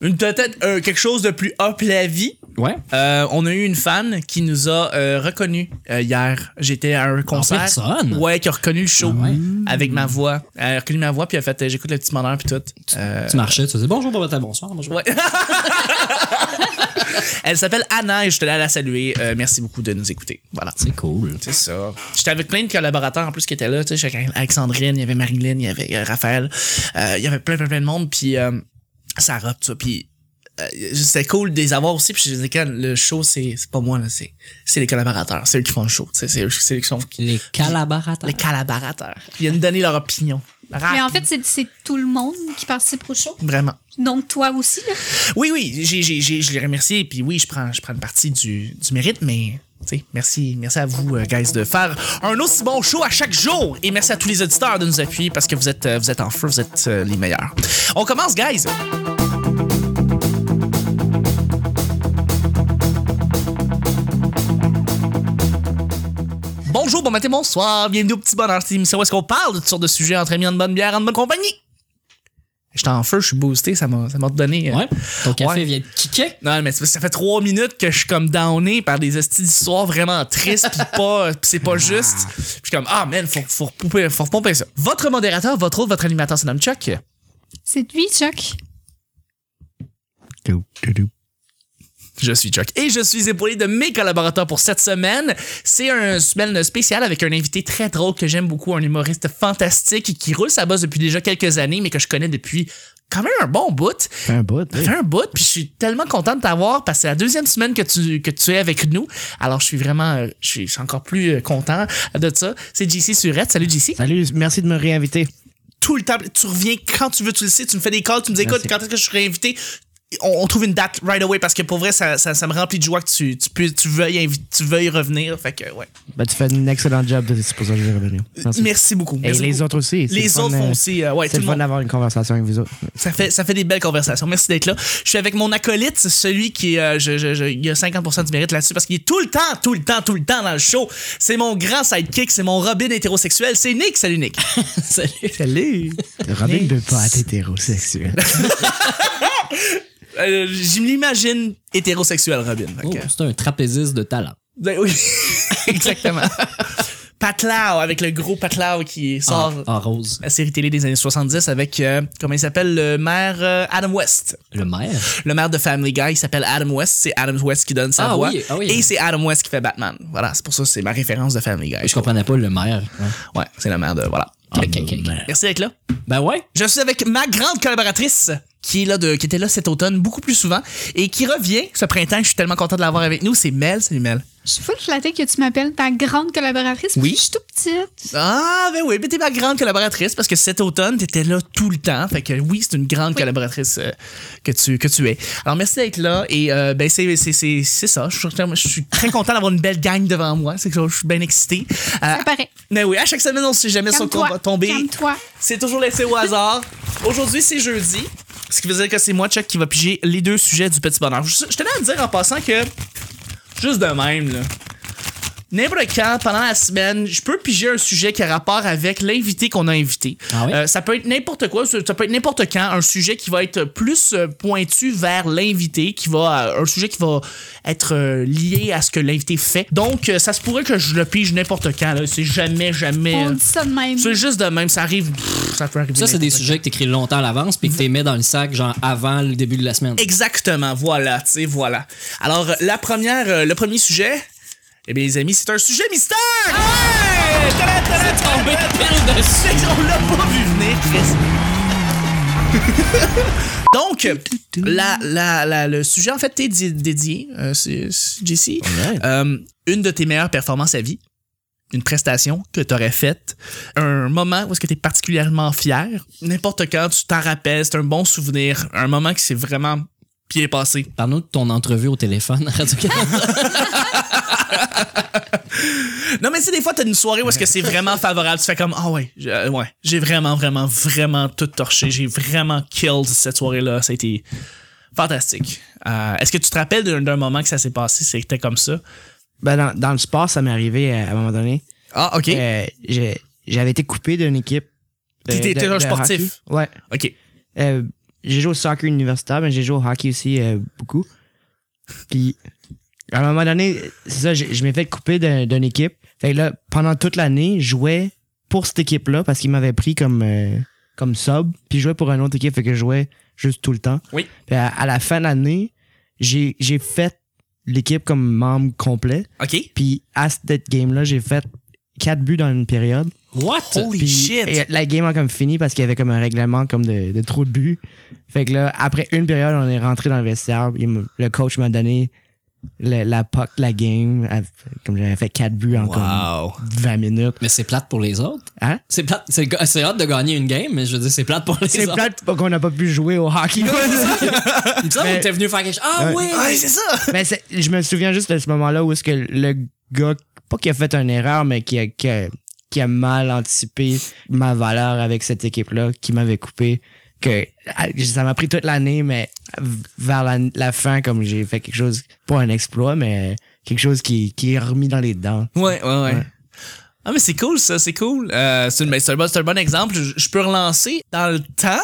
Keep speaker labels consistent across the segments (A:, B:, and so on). A: Une peut-être euh, quelque chose de plus up la vie.
B: Ouais.
A: Euh, on a eu une fan qui nous a euh, reconnu hier. J'étais à un concert.
B: Ah, personne?
A: Ouais, qui a reconnu le show
B: Ah ouais.
A: avec ma voix. Elle a reconnu ma voix puis elle a fait euh, j'écoute le petit bonheur puis tout. Euh,
B: Tu marchais, tu disais bonjour, bon matin, bonsoir, bonjour.
A: ouais. Elle s'appelle Anna et je te la la saluer. Euh, merci beaucoup de nous écouter. Voilà.
B: C'est cool.
A: C'est ça. J'étais avec plein de collaborateurs en plus qui étaient là. Tu sais, j'étais avec Alexandrine, il y avait Marilyn, il y avait euh, Raphaël. Euh, il y avait plein, plein, plein de monde. Puis euh, Sarah, tout ça. Puis euh, c'était cool de les avoir aussi. Puis je disais, quand le show, c'est c'est pas moi, là, c'est c'est les collaborateurs. C'est eux qui font le show. tu sais, C'est eux c'est eux qui sont
B: Les collaborateurs.
A: les collaborateurs. Ils viennent donner leur opinion.
C: Mais en
A: Rapide.
C: fait, c'est- c'est tout le monde qui participe au show.
A: Vraiment.
C: Donc, toi aussi, là.
A: Oui, oui, j'ai, j'ai, j'ai- je les remercie. Puis oui, je prends, je prends une partie du, du mérite, mais tu sais, merci, merci à vous, euh, guys, de faire un aussi bon show à chaque jour. Et merci à tous les auditeurs de nous appuyer parce que vous êtes, euh, vous êtes en feu, vous êtes euh, les meilleurs. On commence, guys. Bonjour, bon matin, bonsoir. Bienvenue au Petit Bonheur, cette émission où est-ce qu'on parle de toutes sortes de sujets entre amis, en bonne bière, en bonne compagnie. J'étais en feu, je suis boosté, ça m'a, ça m'a redonné... euh,
B: Ouais. Ton café
A: Ouais.
B: vient de kicker.
A: non, mais c'est parce que ça fait trois minutes que je suis comme downé par des hosties d'histoires vraiment tristes pis pas, pis c'est pas juste. Puis je suis comme, ah man, faut, faut, repomper, faut repomper ça. Votre modérateur, votre autre, votre animateur, se nomme Chuck.
C: c'est lui, Chuck.
A: Je suis Chuck. Et je suis épaulé de mes collaborateurs pour cette semaine. C'est une semaine spéciale avec un invité très drôle que j'aime beaucoup, un humoriste fantastique qui roule sa bosse depuis déjà quelques années, mais que je connais depuis quand même un bon bout.
D: Fais un bout. hein.
A: Ça fait un bout, puis je suis tellement content de t'avoir parce que c'est la deuxième semaine que tu, que tu es avec nous. Alors, je suis vraiment, euh, je suis je suis encore plus euh, content de ça. C'est JC Surette. Salut, JC.
D: Salut, merci de me réinviter.
A: Tout le temps, tu reviens quand tu veux, tu le sais, tu me fais des calls, tu me dis, écoute,
D: Merci.
A: quand est-ce que je serai invité? On, on trouve une date right away parce que pour vrai, ça, ça, ça me remplit de joie que tu, tu, peux, tu, veuilles, invi- tu veuilles revenir. Fait que, ouais.
D: Ben, tu fais un excellent job, de- c'est pour ça que je vais revenir. Merci.
A: Merci beaucoup.
D: Et
A: Merci
D: les
A: beaucoup.
D: autres aussi. c'est
A: Les
D: le fun,
A: autres font
D: euh,
A: aussi, euh, ouais, tout
D: C'est
A: le
D: le fun
A: monde.
D: d'avoir une conversation avec vous autres.
A: Ça fait, ça fait des belles conversations. Merci d'être là. Je suis avec mon acolyte, celui qui est, euh, je, je- je- il y a 50% du mérite là-dessus parce qu'il est tout le temps, tout le temps, tout le temps dans le show. C'est mon grand sidekick, c'est mon Robin hétérosexuel, c'est Nick. Salut Nick.
B: Salut.
A: Salut.
D: Robin ne peut pas être hétérosexuel.
A: Euh, je m'imagine hétérosexuel, Robin. Fait
B: Oh,
A: que-
B: c'est un trapéziste de talent.
A: Ben oui, exactement. Patlao, avec le gros Patlao qui sort
B: En, en rose.
A: la série télé des années 70 avec, euh, comment il s'appelle, le maire euh, Adam West.
B: Le maire.
A: Le maire de Family Guy, il s'appelle Adam West. C'est Adam West qui donne sa
B: Ah
A: voix.
B: oui, ah oui.
A: Et c'est Adam West qui fait Batman. Voilà, c'est pour ça que c'est ma référence de Family Guy.
B: Je comprenais pas le maire.
A: Ouais, c'est le maire de. Voilà.
B: Ok, ok, ok.
A: Merci d'être là.
B: Ben ouais.
A: Je suis avec ma grande collaboratrice qui est là de, qui était là cet automne beaucoup plus souvent et qui revient ce printemps. Je suis tellement content de l'avoir avec nous. C'est Mel. Salut Mel.
C: Je suis full flattée que tu m'appelles ta grande collaboratrice.
A: Oui.
C: Je suis tout petite.
A: Ah, ben oui, ben t'es ma grande collaboratrice parce que cet automne, t'étais là tout le temps. Fait que oui, c'est une grande collaboratrice euh, que, tu, que tu es. Alors merci d'être là et euh, ben c'est, c'est, c'est, c'est ça. Je suis, je suis très content d'avoir une belle gang devant moi. C'est que je suis bien excité. Euh,
C: Ça paraît.
A: mais oui, à chaque semaine, on sait jamais sur quoi on va
C: Calme-toi.
A: tomber.
C: Calme-toi.
A: C'est toujours laissé au hasard. Aujourd'hui, c'est jeudi. Ce qui veut dire que c'est moi, Chuck, qui va piger les deux sujets du petit bonheur. Je, je tenais à dire en passant que, juste de même, là, n'importe quand, pendant la semaine, je peux piger un sujet qui a rapport avec l'invité qu'on a invité.
B: Ah oui?
A: Euh, ça peut être n'importe quoi, ça ça peut être n'importe quand, un sujet qui va être plus euh, pointu vers l'invité, qui va euh, un sujet qui va être euh, lié à ce que l'invité fait. Donc, euh, ça se pourrait que je le pige n'importe quand. là. C'est jamais, jamais.
C: On
A: euh,
C: dit ça de même.
A: c'est juste de même, ça arrive. pff, ça peut arriver.
B: Ça, c'est des
A: n'importe quand.
B: sujets que t'écris longtemps à l'avance puis que t'es mets dans le sac, genre avant le début de la semaine.
A: Exactement, voilà, tu sais, voilà. Alors, euh, la première, euh, le premier sujet, eh bien, les amis, c'est un sujet mystère! Ouais! Tadam, tadam, tadam.
B: Tombé pile dessus.
A: On l'a pas vu venir, Chris. Donc, euh, la, la, la- le sujet, en fait, t'es dé- dédié, euh, c'est c'est JC.
D: Ouais.
A: Euh, une de tes meilleures performances à vie, une prestation que tu aurais faite, un moment où est-ce que tu es particulièrement fier, n'importe quand, tu t'en rappelles, c'est un bon souvenir, un moment qui s'est vraiment bien passé.
B: Parle-nous de ton entrevue au téléphone à Radio-Canada.
A: Non, mais tu sais, des fois, t'as une soirée où est-ce que c'est vraiment favorable. Tu fais comme, ah ouais, je- euh, ouais, j'ai vraiment, vraiment, vraiment tout torché. J'ai vraiment killed cette soirée-là. Ça a été fantastique. Euh, est-ce que tu te rappelles d'un d'un moment que ça s'est passé? C'était comme ça?
D: Ben, dans, dans le sport, ça m'est arrivé euh, à un moment donné.
A: Ah, OK.
D: Euh, j'ai- J'avais été coupé d'une équipe. euh,
A: T'étais-
D: de-
A: t'étais un
D: de
A: sportif.
D: hockey. Ouais.
A: OK.
D: Euh, j'ai joué au soccer universitaire, mais j'ai joué au hockey aussi euh, beaucoup. Puis, à un moment donné, c'est ça, j'ai- je m'ai fait couper d'un- d'une équipe. Fait que là, pendant toute l'année, je jouais pour cette équipe-là parce qu'ils m'avaient pris comme, euh, comme sub. Puis, je jouais pour une autre équipe, fait que je jouais juste tout le temps.
A: Oui.
D: Puis, à, à la fin de l'année, j'ai j'ai fait l'équipe comme membre complet.
A: OK?
D: Puis, à cette game-là, j'ai fait quatre buts dans une période.
B: What?
A: Holy
D: Puis,
A: shit!
D: et la game a comme fini parce qu'il y avait comme un règlement comme de, de trop de buts. Fait que là, après une période, on est rentré dans le vestiaire. Il me- le coach m'a donné le- la puck, de la game. à- Comme j'avais fait quatre buts en comme
B: Wow.
D: 20 minutes.
B: Mais c'est plate pour les autres.
D: Hein?
B: C'est plate, c'est ga- c'est hâte de gagner une game, mais je veux dire, c'est plate pour les
D: C'est
B: autres.
D: plate qu'on n'a pas pu jouer au hockey.
B: Il me semble
D: Mais-
B: que t'es venu faire quelque chose. Ah
D: Ouais.
B: oui!
A: Ouais, c'est ça!
D: mais c'est- je me souviens juste de ce moment-là où est-ce que le gars, pas qu'il a fait une erreur, mais qui a, qui a, qui a mal anticipé ma valeur avec cette équipe-là, qui m'avait coupé. Que ah, ça m'a pris toute l'année, mais v- vers la, la fin, comme j'ai fait quelque chose, pas un exploit, mais quelque chose qui, qui est remis dans les dents.
A: Ouais, ouais, ouais.
D: Ouais.
A: Ah, mais c'est cool, ça, c'est cool. Euh, c'est une- ben, c'est un, bon- c'est un bon exemple. Je, je peux relancer dans le temps.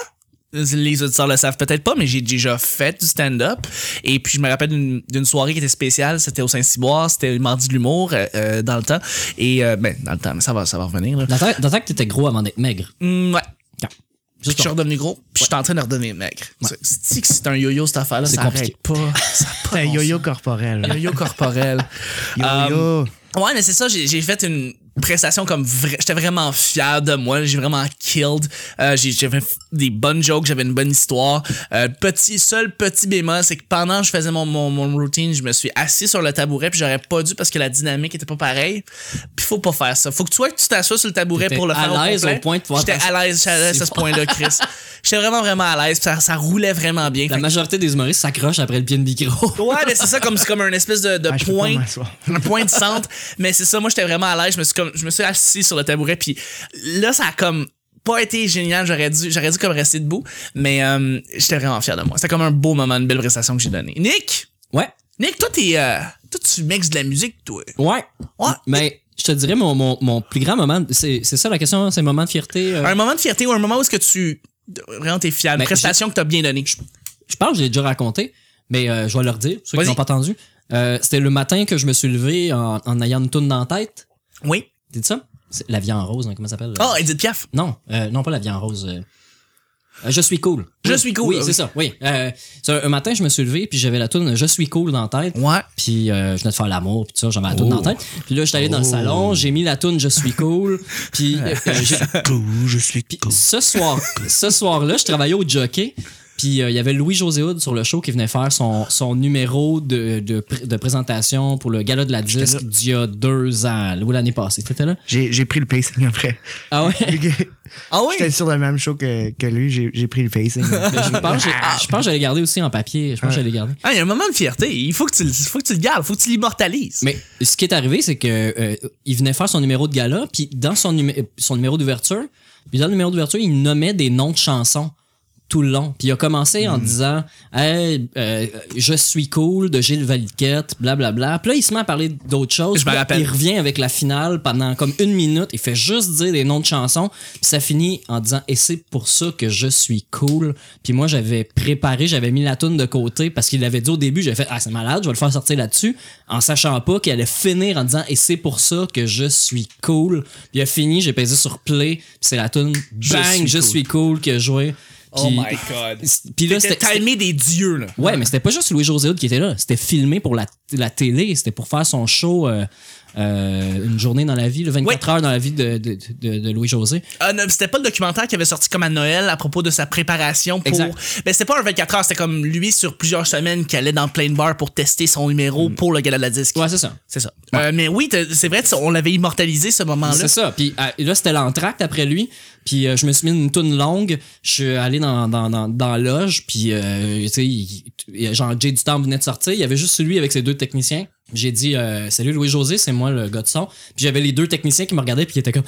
A: Les auditeurs le savent peut-être pas, mais j'ai déjà fait du stand-up. Et puis, je me rappelle d'une d'une soirée qui était spéciale. C'était au Saint-Cyboire, c'était le mardi de l'humour euh, euh, dans le temps. Et, euh, ben, dans le temps, mais ça va, ça va revenir. Là.
B: Dans le temps- dans le temps que t'étais gros avant d'être maigre.
A: Mm, ouais. Puis
B: Juste
A: je suis redevenu gros, puis je suis en train de redevenir maigre. C'est- C'est que c'est un yo-yo, cette affaire-là.
B: C'est
A: ça
B: compliqué.
A: arrête pas. Ça a pas
D: C'est un
A: de bon
D: Euh, yo-yo corporel.
A: sens. Yo-yo corporel.
D: Yo-yo.
A: Ouais, mais c'est ça, j'ai j'ai fait une prestation comme vrai. J'étais vraiment fier de moi, j'ai vraiment killed. Euh, j'ai- j'avais f- des bonnes jokes, j'avais une bonne histoire. Euh, petit, seul petit bémol, c'est que pendant que je faisais mon, mon, mon routine, je me suis assis sur le tabouret, puis j'aurais pas dû parce que la dynamique était pas pareille. Puis faut pas faire ça. Faut que tu vois que tu t'assois sur le tabouret
B: T'étais
A: pour le
B: à
A: faire. au
B: l'aise au
A: complet.
B: point de pouvoir
A: J'étais à l'aise, j'étais à l'aise à ce point-là, Chris. J'étais vraiment, vraiment à l'aise, puis ça, ça roulait vraiment bien.
B: La
A: Fait que-
B: majorité des humoristes s'accrochent après le pied de micro.
A: Ouais, mais c'est ça, comme, c'est comme un espèce de, de
D: Ah, je peux pas
A: point
D: m'asseoir.
A: un point de centre. Mais c'est ça, moi j'étais vraiment à l'aise. Je me suis comme, je me suis assis sur le tabouret. Puis là, ça a comme pas été génial. J'aurais dû, j'aurais dû comme rester debout. Mais euh, j'étais vraiment fier de moi. C'était comme un beau moment, une belle prestation que j'ai donnée. Nick,
B: Ouais.
A: Nick, toi t'es, euh, toi tu mixes de la musique, toi.
B: Ouais.
A: Ouais.
B: Mais je te dirais, mon, mon, mon plus grand moment, c'est c'est ça la question, hein, c'est un moment de fierté. euh,
A: Un moment de fierté ou un moment où est-ce que tu vraiment t'es fier, une
B: Ben,
A: prestation que t'as bien donnée.
B: je pense que j'ai déjà raconté, mais euh, je vais leur dire, ceux qui
A: Vas-y.
B: n'ont pas entendu. Euh, C'était le matin que je me suis levé en, en ayant une toune dans la tête.
A: Oui.
B: Dites ça? C'est La vie en rose, hein, comment ça s'appelle?
A: Oh, Edith Piaf.
B: Non, euh, non pas la vie en rose. euh, euh, je suis cool.
A: Je suis cool,
B: Oui,
A: euh,
B: c'est
A: oui.
B: ça. Oui. Euh, c'est un, un matin, je me suis levé puis j'avais la toune Je suis cool dans la tête.
A: Ouais.
B: Puis euh, je venais de faire l'amour, puis tout ça, j'avais la toune dans la tête. Puis là, j'étais allé dans le salon, j'ai mis la toune Je suis cool. Puis euh, j'ai-
D: Je suis
B: puis ce soir, ce soir-là, je travaillais au jockey. Puis euh, il y avait Louis José Hood sur le show qui venait faire son, son numéro de, de, pr- de présentation pour le gala de la disque d'il y a deux ans, ou l'année passée. T'étais là?
D: J'ai j'ai pris le pacing après.
B: Ah ouais?
A: Ah oui.
D: J'étais sur le même show que, que lui, j'ai j'ai pris le pacing.
B: Ben, je pense que j'ai-
D: Ah,
B: je pense que j'allais garder aussi en papier. Je pense que j'allais garder.
A: Ah, il y a un moment de fierté. Il faut que tu, le- faut que tu le gardes, faut que tu l'immortalises.
B: Mais ce qui est arrivé, c'est que euh, il venait faire son numéro de gala, puis dans son, numé- son numéro d'ouverture, puis dans le numéro d'ouverture, il nommait des noms de chansons tout le long. Puis il a commencé
A: Mhm.
B: en disant Hey, euh, je suis cool de Gilles Valiquette, blablabla. Puis là, il se met à parler d'autres choses.
A: Je me
B: Puis là,
A: rappelle.
B: Il revient avec la finale pendant comme une minute. Il fait juste dire des noms de chansons. Puis ça finit en disant Et c'est pour ça que je suis cool. Puis moi, j'avais préparé, j'avais mis la toune de côté parce qu'il l'avait dit au début. J'avais fait Ah, c'est malade, je vais le faire sortir là-dessus. En sachant pas qu'il allait finir en disant Et c'est pour ça que je suis cool. Puis il a fini, j'ai pesé sur play. Puis c'est la toune
A: Je
B: Bang,
A: suis
B: je
A: cool.
B: suis cool que joué.
A: Oh my God.
B: Puis là,
A: T'es
B: c'était. c'était-
A: timé des dieux, là.
B: Ouais, mais c'était pas juste Louis José Hood qui était là. C'était filmé pour la, la télé. C'était pour faire son show euh, euh, une journée dans la vie, le 24 heures dans la vie de, de, de, de Louis José.
A: Ah, non, c'était pas le documentaire qui avait sorti comme à Noël à propos de sa préparation pour.
B: Exact.
A: Mais c'était pas un 24 heures, c'était comme lui sur plusieurs semaines qui allait dans plein de bars pour tester son numéro pour le gala de la disque.
B: Mm. Ouais, c'est ça.
A: C'est ça. Euh, mais oui, t'as- c'est vrai, t'sais, on l'avait immortalisé ce moment-là.
B: C'est ça. Puis euh, là, c'était l'entracte après lui. Puis euh, je me suis mis une toune longue. Je suis allé dans, dans, dans, dans la loge. Puis, euh, tu sais, il- il- genre, Jay Dutam venait de sortir. Il y avait juste lui avec ses deux techniciens. J'ai dit, euh, salut Louis-José, c'est moi le gars de son. Puis j'avais les deux techniciens qui me regardaient. Puis ils étaient comme,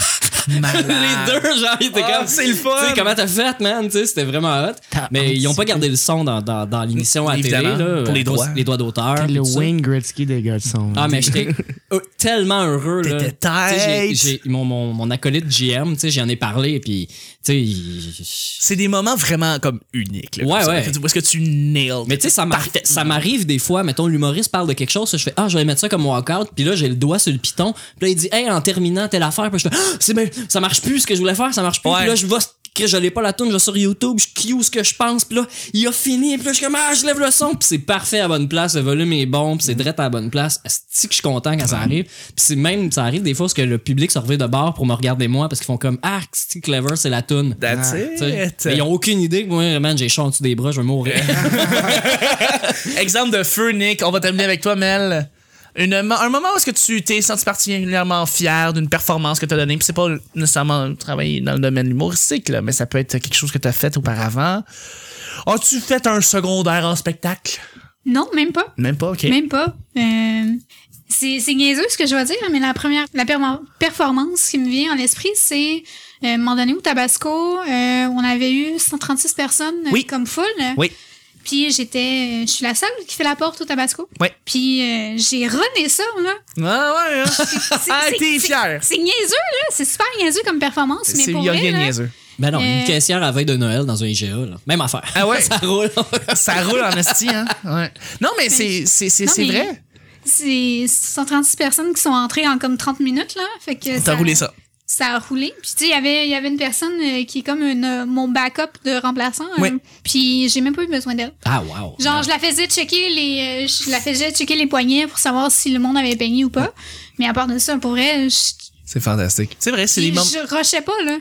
A: Malade.
B: les deux, genre, ils étaient
A: Ah,
B: comme,
A: c'est le fun!
B: Tu sais, comment t'as fait, man? Tu sais, c'était vraiment hot. Mais ils ont pas gardé le son dans, dans, dans l'émission à la télé,
A: Évidemment,
B: là.
A: pour les
B: à cause-
A: droits.
B: Les droits d'auteur.
D: T'es
B: puis
D: le
B: tout ça.
D: Wayne Gretzky des garçons.
B: Ah, mais j'étais euh, tellement heureux, là.
A: T'étais
B: Tu sais, j'ai-
A: tight.
B: j'ai- mon, mon, mon acolyte GM, tu sais, j'en ai parlé, puis, tu sais, sais, il-
A: C'est des moments vraiment comme uniques. Là,
B: Ouais,
A: comme ça.
B: ouais.
A: Fait que Où est-ce que tu nails
B: Mais tu sais, ça m'arrive-
A: Parfaitement.
B: ça m'arrive des fois, mettons, l'humoriste parle de quelque chose, je fais Ah, je vais mettre ça comme walkout, puis là, j'ai le doigt sur le piton, puis là, il dit Hey, en terminant telle affaire, puis je fais Ah, c'est bien, ça marche plus ce que je voulais faire, ça marche plus,
A: Ouais.
B: puis là, je vais. Chris, Je l'ai pas la toune, je vais sur YouTube, je cue ce que je pense, puis là, il a fini, puis là, je suis comme, ah, je lève le son, puis c'est parfait à la bonne place, le volume est bon, puis c'est direct à la bonne place. Asti que je suis content quand ça arrive. Puis c'est même, ça arrive des fois parce que le public se revient de bord pour me regarder moi, parce qu'ils font comme, ah, asti clever, c'est la toune.
A: That's
B: Ah, tu sais.
A: it.
B: Mais ils ont aucune idée que moi, vraiment, j'ai chaud en dessous des bras, je vais mourir.
A: Exemple de feu, Nick. On va terminer avec toi, Mel. Une, un moment où est-ce que tu t'es senti particulièrement fier d'une performance que tu as donnée, puis c'est pas nécessairement travailler dans le domaine humoristique, là, mais ça peut être quelque chose que tu as fait auparavant. As-tu fait un secondaire en spectacle?
C: Non, même pas.
A: Même pas, ok.
C: Même pas. Euh, c'est c'est niaiseux ce que je vais dire, mais la première la perma- performance qui me vient en esprit, c'est euh, à un moment donné au Tabasco, euh, on avait eu 136 personnes euh,
A: Oui.
C: comme foule.
A: Oui.
C: Puis j'étais, je suis la seule qui fait la porte au Tabasco.
A: Oui.
C: Puis euh, j'ai rené ça, là.
A: Ah ouais, hein?
C: C'est-
A: Ah,
C: c'est-
A: t'es
C: c'est-
A: fier.
C: C'est niaiseux, là. C'est super niaiseux comme performance, mais
A: C'est
C: pour
A: y a
C: vrai,
A: rien de
C: là,
A: niaiseux.
B: Ben non,
C: Euh,
B: une caissière à la veille de Noël dans un IGA, là. Même affaire.
A: Ah ouais?
B: ça roule.
A: Ça roule en esti, hein? Ouais. Non, mais c'est c'est- c'est-
C: Non,
A: c'est
C: mais-
A: vrai.
C: c'est 136 personnes qui sont entrées en comme 30 minutes, là. Fait que
A: T'as roulé ça.
C: ça a roulé. Puis tu sais, il y avait- il y avait une personne euh, qui est comme une, euh, mon backup de remplaçant. euh,
A: Oui.
C: puis j'ai même pas eu besoin d'elle.
B: ah, wow.
C: Genre, je la faisais checker les, euh, je la faisais checker les poignets pour savoir si le monde avait peigné ou pas. Mais à part de ça, pour elle, je,
A: C'est fantastique. C'est vrai, c'est
C: puis
A: des moments.
C: je rushais pas là.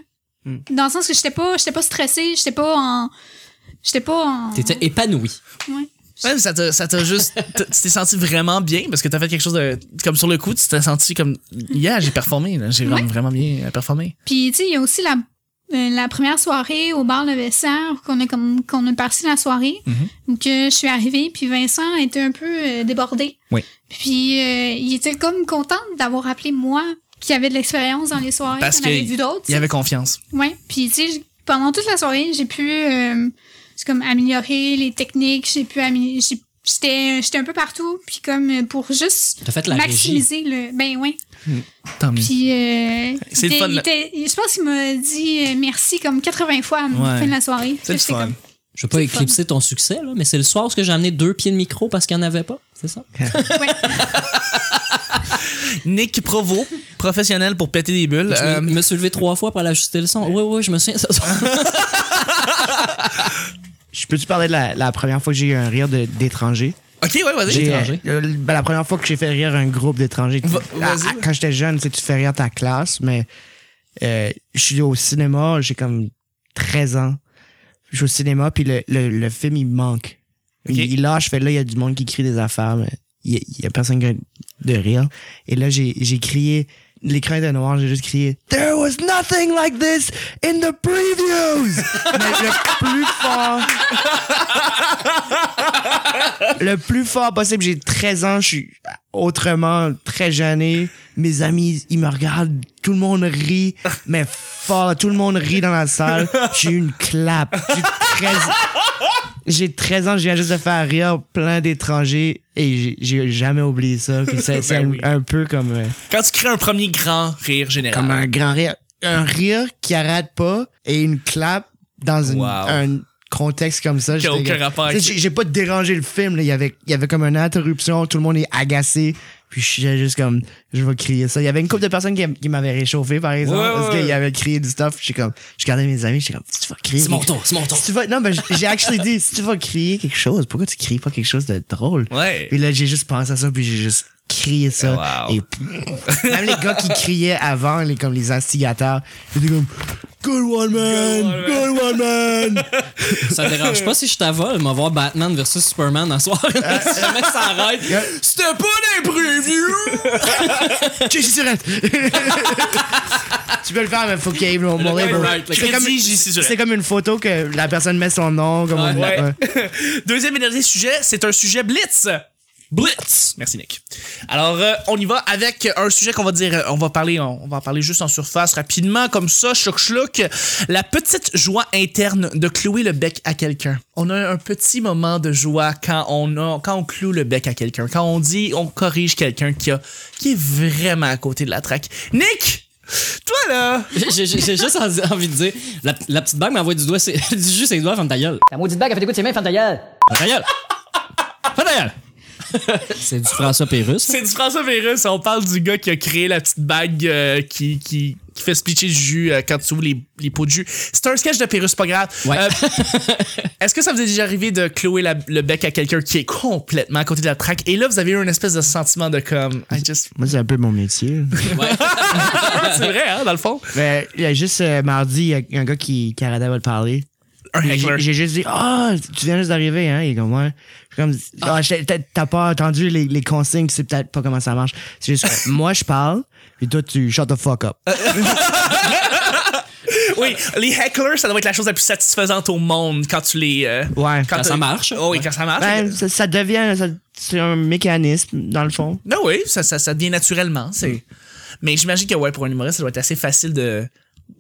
A: Hmm.
C: Dans le sens que j'étais pas, j'étais pas stressée, j'étais pas en, j'étais pas en.
B: T'étais épanoui.
C: Ouais.
A: Ouais, mais ça t'a, ça t'a juste. t- Tu t'es senti vraiment bien parce que t'as fait quelque chose de. Comme sur le coup, tu t'es senti comme. Yeah, j'ai performé, là. J'ai vraiment- vraiment bien euh, performé.
C: Puis, tu sais, il y a aussi la, euh, la première soirée au bar Le Vestiaire où qu'on a, comme, qu'on a parti la soirée.
A: Mhm.
C: Donc, euh, je suis arrivée, puis Vincent était un peu euh, débordé.
A: Oui.
C: Puis, euh, il était comme content d'avoir appelé moi, qui avait de l'expérience dans les soirées,
A: Parce
C: qu'on avait
A: que
C: vu d'autres.
A: Il y avait confiance.
C: Ouais. Puis, tu sais, j- pendant toute la soirée, j'ai pu euh, c'est comme améliorer les techniques, j'ai pu amé- j'ai- J'étais j'étais un peu partout, puis comme euh, pour juste
B: T'as fait la régie.
C: maximiser le. Ben oui.
A: Tant mieux.
C: Puis, euh,
A: Mm. C'est
C: il
A: le
C: était-
A: fun,
C: il
A: là.
C: était- je pense qu'il m'a dit euh, merci comme 80 fois à la
A: Ouais.
C: fin de la soirée.
A: C'est le
C: J'étais
A: fun.
C: comme,
B: Je veux pas
C: C'est le
B: éclipser ton succès, là, mais c'est le soir où est-ce que j'ai amené deux pieds de micro parce qu'il y en avait pas. C'est ça?
C: ouais.
A: Nick Provo, professionnel pour péter des bulles.
B: Je
A: Euh,
B: me- me suis levé trois fois pour aller ajuster le son. Oui, oui, je me souviens. Ça,
D: Je peux-tu parler de la, la première fois que j'ai eu un rire de- d'étranger?
A: ok, ouais, vas-y.
D: J'ai,
B: D'étranger?
D: euh, le- ben, la première fois que j'ai fait rire un groupe d'étrangers.
A: Va-
D: Ah,
A: vas-y.
D: ah, Quand j'étais jeune, tu sais, tu fais rire ta classe, mais euh, je suis au cinéma, j'ai comme 13 ans. Je suis au cinéma, puis le, le, le film, il me manque.
A: Ok.
D: Il, il lâche, fait là, il y a du monde qui crie des affaires, mais il y a, il y a personne qui a de rire. Et là, j'ai j'ai crié, l'écran était noir, j'ai juste crié « There was nothing like this in the previews! » Mais le plus fort le plus fort possible. J'ai 13 ans, je suis autrement très gêné. Mes amis, ils me regardent, tout le monde rit, mais fort, tout le monde rit dans la salle. J'ai eu une clap. J'ai 13 J'ai 13 ans, je viens juste de faire rire plein d'étrangers et j'ai- j'ai jamais oublié ça. Puis c'est c'est un- un, peu comme, euh,
A: Quand tu crées un premier grand rire général.
D: comme un grand rire. Un rire qui arrête pas et une clap dans une-
A: Wow.
D: un contexte comme ça.
A: Qui a
D: j'étais
A: aucun
D: comme-
A: rapport
D: tu sais,
A: avec-
D: J'ai j'ai pas dérangé le film. là. Il, y avait, il y avait comme une interruption. Tout le monde est agacé. Puis je suis juste comme, je vais crier ça. Il y avait une couple de personnes qui, qui m'avaient réchauffé, par exemple,
A: Ouais, ouais,
D: parce
A: ouais.
D: qu'ils avaient crié du stuff. J'ai comme, je regardais mes amis, j'étais comme, si tu vas crier.
B: c'est mon tour, c'est mon tour.
D: Si tu vas, non, mais j'ai actually dit, si tu vas crier quelque chose, pourquoi tu cries pas quelque chose de drôle?
A: Ouais.
D: Puis là, j'ai juste pensé à ça, puis j'ai juste crié ça.
A: Wow.
D: Et même les gars qui criaient avant, les, comme les instigateurs, ils étaient comme Good one, man! Good one, man!
B: Ça te dérange pas si je t'avole, me voir Batman versus Superman en soir. Si jamais ça arrête.
A: C'était pas des previews!
D: JC Surette! tu peux le faire, mais faut qu'il y ait mon mon
B: right,
D: label.
B: right, like,
D: C'est comme-
A: crédit, JC Surette.
D: C'est comme une photo que la personne met son nom. Comme on-
A: Ouais.
D: ouais.
A: Deuxième et dernier sujet, c'est un sujet blitz. Blitz. Merci Nick. Alors euh, on y va avec un sujet qu'on va dire, euh, on va parler, on, on va en parler juste en surface rapidement comme ça, chouc chouc. La petite joie interne de clouer le bec à quelqu'un. On a un petit moment de joie quand on a, quand on cloue le bec à quelqu'un, quand on dit, on corrige quelqu'un qui a, qui est vraiment à côté de la traque. Nick, Toi, là!
B: J'ai- J'ai j'ai juste en- envie de dire, la, la petite bague m'envoie du doigt, c'est du jus, c'est les doigts, ferme ta gueule.
E: La maudite bague a fait des coups de ses mains, ferme ta gueule.
B: Ferme ta gueule. Ferme ta gueule. C'est du François Pérusse.
A: C'est du François Pérus. On parle du gars qui a créé la petite bague euh, qui, qui, qui fait splitcher le jus euh, quand tu ouvres les, les pots de jus. C'est un sketch de Pérus, pas grave.
B: Ouais.
A: Euh, Est-ce que ça vous est déjà arrivé de clouer la- le bec à quelqu'un qui est complètement à côté de la traque et là, vous avez eu une espèce de sentiment de comme. I just.
D: Moi, c'est un peu mon métier.
A: C'est vrai, hein, dans le fond?
D: Mais il y a juste euh, mardi, il y a- il y a un gars qui, qui arrêtait de le parler.
A: Un
D: Puis J'ai
A: heckler.
D: j'ai juste dit, ah, tu viens juste d'arriver, hein? Il est comme, ouais. Je suis comme, Ah, je- t'as- t'as pas entendu les, les consignes, tu sais peut-être pas comment ça marche. C'est juste, que moi, je parle, puis toi, tu shut the fuck up.
B: Euh,
A: Oui, les hecklers, ça doit être la chose la plus satisfaisante au monde quand tu les. euh,
D: Ouais.
A: quand
B: ça
A: euh,
B: marche.
A: Oh, oui, quand ça marche.
D: Ben, ça, ça devient, ça- c'est un mécanisme, dans le fond.
A: Non, oui, ça, ça, ça devient naturellement. c'est
B: Hmm.
A: Mais j'imagine que ouais, pour un humoriste, ça doit être assez facile de,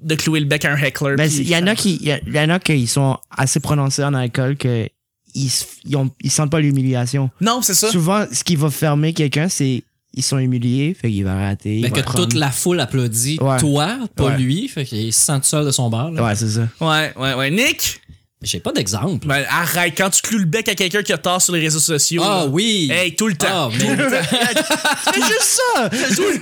A: de clouer le bec à un heckler.
B: Ben,
D: Mais
A: puis
D: Ben, il y en
A: ça-
D: a qui, il y a- il y en a qui sont assez prononcés en alcool que ils, se- ils, ont- ils sentent pas l'humiliation.
A: Non, c'est
B: Ah.
A: ça.
D: Souvent, ce qui va fermer quelqu'un, c'est ils sont humiliés, fait qu'il va rater.
B: Fait
D: il va
B: Ben, que
D: prendre.
B: toute la foule applaudit
D: Ouais.
B: toi, pas
D: Ouais.
B: lui. Fait qu'il se sent tout seul de son bar. là.
D: Ouais, c'est ça.
A: Ouais, ouais, ouais. Nick,
B: J'ai pas d'exemple.
A: ben, arrête, quand tu cloues le bec à quelqu'un qui a tort sur les réseaux sociaux.
B: Ah
A: là,
B: oui!
A: Hey, tout le temps.
B: Ah, mais Ah,
D: C'est juste ça!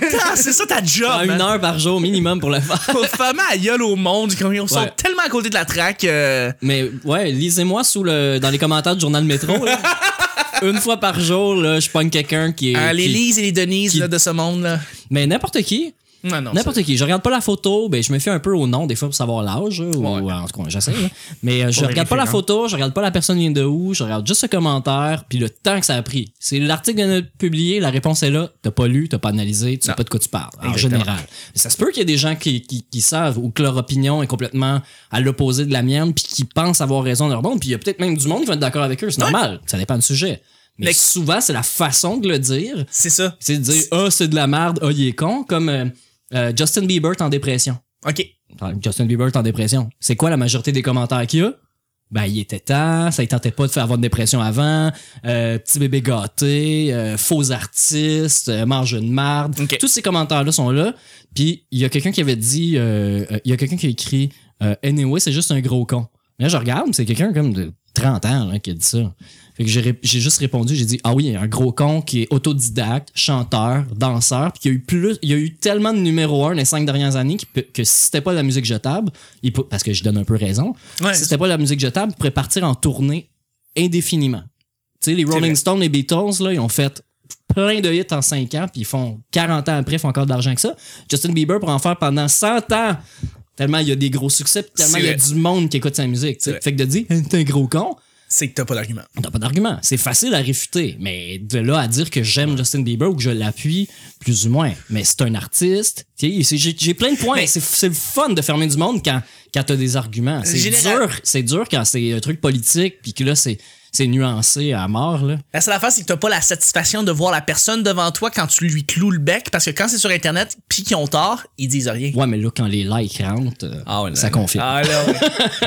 A: Tout le temps, c'est ça ta job.
B: à Ah, une
A: man.
B: heure par jour minimum pour le faire.
A: Pour fermer la gueule au monde, comme ils sont
B: Ouais.
A: tellement à côté de la traque. euh,
B: Mais ouais, lisez-moi sous le dans les commentaires du journal Métro. là. Une fois par jour, là, je pogne quelqu'un qui est.
A: hein, les
B: qui-
A: Lise et les Denise
B: qui-
A: là, de ce monde. Là.
B: Mais n'importe qui.
A: Non, non.
B: N'importe qui. Je regarde pas la photo, ben, je me fie un peu au nom des fois pour savoir l'âge, ou euh, en tout cas, j'essaie. là. Mais euh, je
D: Pour
B: regarde pas
D: vérifier,
B: la
D: hein.
B: photo, je regarde pas la personne vient de où, je regarde juste ce commentaire, puis le temps que ça a pris. C'est l'article vient d'être publié, la réponse est là, t'as pas lu, t'as pas analysé, tu sais pas de quoi tu parles, en
A: Exactement.
B: général. Mais ça se peut qu'il y ait des gens qui, qui, qui savent ou que leur opinion est complètement à l'opposé de la mienne, puis qui pensent avoir raison de leur monde, puis il y a peut-être même du monde qui va être d'accord avec eux, c'est normal, ça dépend du sujet. Mais
A: Mais-
B: souvent, c'est la façon de le dire
A: c'est- C'est ça.
B: c'est de dire ah c'est de la merde ah il est con comme euh, euh, Justin Bieber est en dépression
A: OK.
B: Ah, Justin Bieber est en dépression c'est quoi la majorité des commentaires qu'il y a ben il était temps ça il tentait pas de faire avoir une dépression avant euh, petit bébé gâté euh, faux artiste euh, mange une marde
A: Ok.
B: tous ces commentaires là sont là puis il y a quelqu'un qui avait dit euh, euh, il y a quelqu'un qui a écrit euh, anyway c'est juste un gros con là je regarde c'est quelqu'un comme de 30 ans là, qui a dit ça fait que j'ai ré- j'ai juste répondu, j'ai dit ah oui, un gros con qui est autodidacte, chanteur, danseur, puis qui a eu plus, il y a eu tellement de numéro un les cinq dernières années qu'il peut- que si c'était pas de la musique jetable, il peut- parce que je donne un peu raison,
A: Ouais.
B: si c'était pas de la musique jetable, il pourrait partir en tournée indéfiniment. Tu sais, les
A: vrai.
B: Rolling Stones, les Beatles, là, ils ont fait plein de hits en 5 ans, puis ils font 40 ans après, ils font encore de l'argent que ça. Justin Bieber pourrait en faire pendant 100 ans. Tellement il y a des gros succès, puis tellement
A: C'est
B: il y a
A: vrai.
B: du monde qui écoute sa musique. tu sais.
A: C'est vrai.
B: Fait que de dire, t'es un gros con,
A: C'est que t'as pas d'argument.
B: T'as pas d'argument. C'est facile à réfuter. Mais de là à dire que j'aime Justin Bieber ou que je l'appuie, plus ou moins. Mais c'est un artiste. Tu sais, c'est- J'ai j'ai plein de points.
A: Mais-
B: C'est c'est le fun de fermer du monde quand, quand t'as des arguments. C'est
A: Général-
B: dur. C'est dur quand c'est un truc politique puis que là, c'est c'est nuancé à mort. Là.
A: La seule affaire, c'est que t'as pas la satisfaction de voir la personne devant toi quand tu lui cloues le bec, parce que quand c'est sur Internet, puis qu'ils ont tort, ils disent rien.
B: Ouais, mais là, quand les likes rentrent, euh, ça confirme.
A: Ah, là, ouais.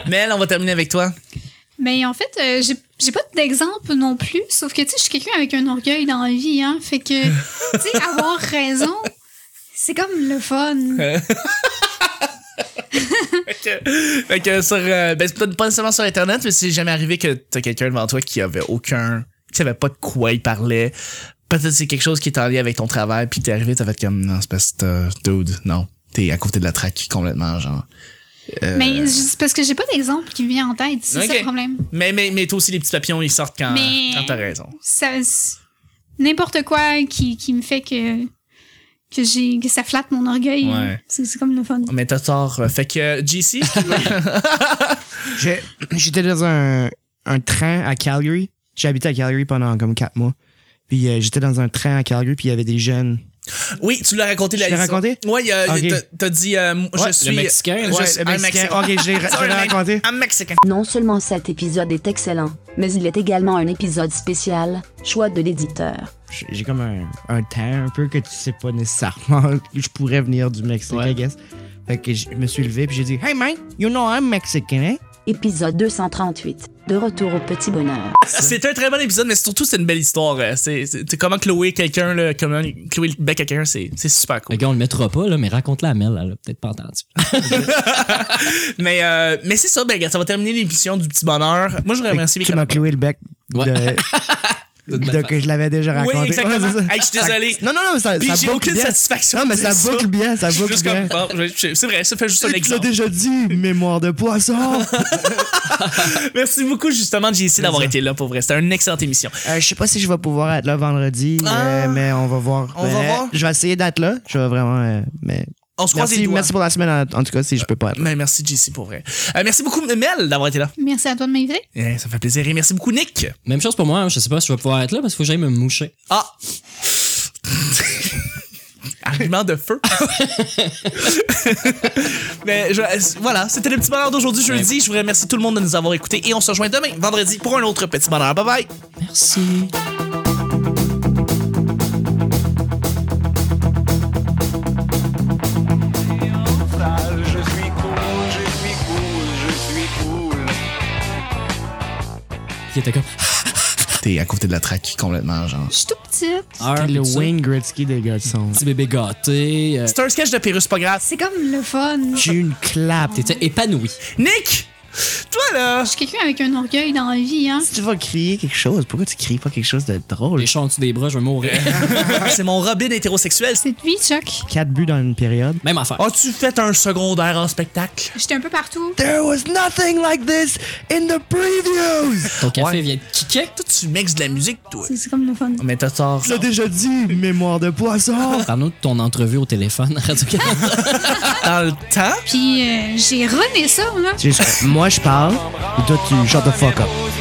A: Mel, on va terminer avec toi.
C: Mais en fait, euh, j'ai- j'ai pas d'exemple non plus, sauf que tu sais, je suis quelqu'un avec un orgueil dans la vie, hein. Fait que, tu sais, avoir raison, c'est comme le fun.
A: Fait que- fait que sur, euh, ben, c'est peut-être pas nécessairement sur Internet, mais c'est jamais arrivé que t'as quelqu'un devant toi qui avait aucun, qui savait pas de quoi il parlait. Peut-être que c'est quelque chose qui est en lien avec ton travail, puis t'es arrivé, t'as fait comme, non, c'est parce que t'as- dude, non. T'es à côté de la traque complètement, genre. Euh,
C: Mais je- parce que j'ai pas d'exemple qui me vient en tête, c'est ça
A: Ok.
C: le problème.
A: Mais, mais, mais toi aussi, les petits papillons, ils sortent quand,
C: Mais-
A: quand t'as raison.
C: Ça- c'est- N'importe quoi qui, qui me fait que, que, j'ai- que ça flatte mon orgueil,
A: Ouais.
C: hein. c'est c'est comme le fun.
A: Mais t'as tort.
D: euh,
A: Fait que, JC,
D: Je- J'étais dans un, un train à Calgary. J'ai habité à Calgary pendant comme quatre mois. Puis euh, j'étais dans un train à Calgary, puis il y avait des jeunes.
A: Oui, tu l'as raconté la
D: Je l'ai
A: liste.
D: raconté? Ah,
A: Ouais, il y a-
D: Ok.
A: t'as- t'as dit euh, je
B: Ouais,
A: suis euh,
B: le Mexicain,
A: je
B: ouais,
A: suis
D: le
A: un
D: Mexicain. Ok, je l'ai je
A: Sorry,
D: l'ai
A: man.
D: raconté.
A: Un Mexicain.
F: Non seulement cet épisode est excellent, mais il est également un épisode spécial, choix de l'éditeur.
D: J'ai j'ai comme un, un temps un peu que tu sais pas nécessairement que je pourrais venir du Mexique,
B: Ouais.
D: I guess. Fait que je me suis levé, puis j'ai dit Hey man, you know I'm Mexican, hein?
F: épisode 238. De retour au petit bonheur.
A: C'est un très bon épisode, mais surtout, c'est une belle histoire. euh, C'est c'est- c'est comment clouer quelqu'un, là, comment clouer le bec à quelqu'un, c'est c'est super cool.
B: Le gars, on le mettra pas, là, mais raconte-la à Mel, elle a peut-être pas entendu.
A: Mais, euh, mais c'est ça, ben, regarde, ça va terminer l'émission du petit bonheur. Moi, je voudrais remercier
D: Tu m'as
A: Michael.
D: cloué le bec. De, de- que je l'avais déjà
A: Oui,
D: raconté.
A: exactement.
D: Ouais, c'est ça.
A: Hey, je suis désolé.
D: Non, non, non, mais ça,
A: Puis
D: ça
A: j'ai
D: boucle
A: aucune
D: bien.
A: satisfaction
D: Non, mais
A: de
D: ça
A: dire
D: boucle bien, ça
A: Je suis
D: boucle
A: juste
D: bien.
A: comme, bon, je- je- c'est vrai, ça fait juste un
D: Tu l'as
A: exemple.
D: déjà dit, mémoire de poisson.
A: Merci beaucoup, justement, JC, d'avoir été là pour vrai. C'était une excellente émission.
D: Euh, je sais pas si je vais pouvoir être là vendredi,
A: Ah.
D: euh, mais on va voir.
A: On va
D: Euh,
A: voir.
D: Je vais essayer d'être là. Je vais vraiment. euh, mais...
A: On se croise les
D: merci,
A: doigts.
D: merci pour la semaine, en, en tout cas, si je peux pas être là.
A: Mais merci, JC, pour vrai. Euh, merci beaucoup, Mel, d'avoir été là.
C: Merci à toi de m'inviter.
A: Eh, ça me fait plaisir. Et merci beaucoup, Nick.
B: Même chose pour moi, hein. je sais pas si je vais pouvoir être là parce qu'il faut que j'aille me moucher.
A: Ah! Argument de feu. Mais je- voilà, c'était le petit bonheur d'aujourd'hui jeudi. Je vous remercie tout le monde de nous avoir écoutés et on se rejoint demain, vendredi, pour un autre petit bonheur. Bye bye!
B: Merci.
E: Je suis cool, je suis cool, je suis cool.
B: Qui était comme.
A: T'es à côté de la traque complètement, genre.
C: Je suis tout petite.
B: Ah,
D: le
B: petit-
D: Wayne Gretzky des garçons.
B: Petit bébé gâté. euh,
A: C'est un sketch de Pérus, pas grave.
C: C'est comme le fun. Je
D: J'ai eu une clap.
B: T'étais épanoui.
A: Nick! Toi là!
C: suis quelqu'un avec un orgueil dans la vie, hein.
D: Si tu vas crier quelque chose, pourquoi tu cries pas quelque chose de drôle?
B: Les chats en dessous des bras, je vais mourir.
A: C'est mon Robin hétérosexuel.
C: C'est de vie, Chuck.
D: Quatre buts dans une période.
B: Même affaire.
A: As-tu fait un secondaire en spectacle?
C: J'étais un peu partout.
D: There was nothing like this in the previews!
B: Ton café
A: ouais.
B: vient de kicker.
A: Toi, tu mixes de la musique, toi.
C: C'est c'est comme le fun.
A: Mais t'as tort.
D: Tu l'as déjà dit, mémoire de poisson!
B: Parle-nous de ton entrevue au téléphone à Radio-Canada.
A: Dans le temps?
C: Puis euh, j'ai rené ça, là.
D: Moi, je parle, et toi, tu shut the fuck up.
E: Rose